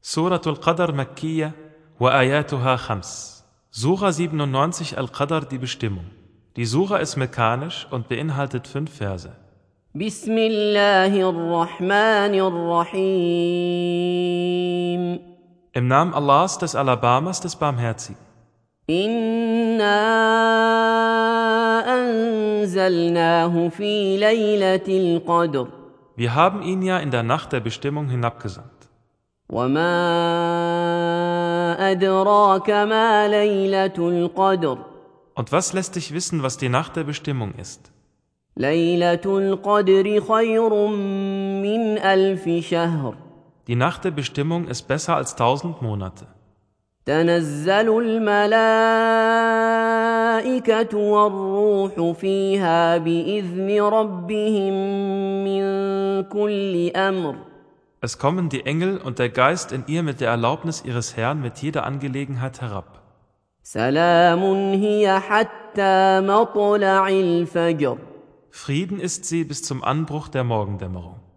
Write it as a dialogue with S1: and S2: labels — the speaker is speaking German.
S1: Surah Al-Qadr Makkiyah wa ayatuha khams. Sura 97 Al-Qadr die Bestimmung. Die Sura ist mekanisch und beinhaltet fünf Verse.
S2: بسم الله الرحمن الرحيم
S1: Im Namen Allahs des Alabamas des Barmherzigen.
S2: إنا أنزلناه في ليلة القدر
S1: Wir haben ihn ja in der Nacht der Bestimmung hinabgesandt.
S2: وما أدراك ما ليلة القدر
S1: Und was lässt dich wissen, was die Nacht der Bestimmung ist?
S2: ليلة القدر خير من ألف شهر
S1: Die Nacht der Bestimmung ist besser als tausend Monate.
S2: تنزل الملائكة والروح فيها بإذن ربهم من كل أمر
S1: Es kommen die Engel und der Geist in ihr mit der Erlaubnis ihres Herrn mit jeder Angelegenheit herab.
S2: سلام هي حتى مطلع الفجر
S1: Frieden ist sie bis zum Anbruch der Morgendämmerung.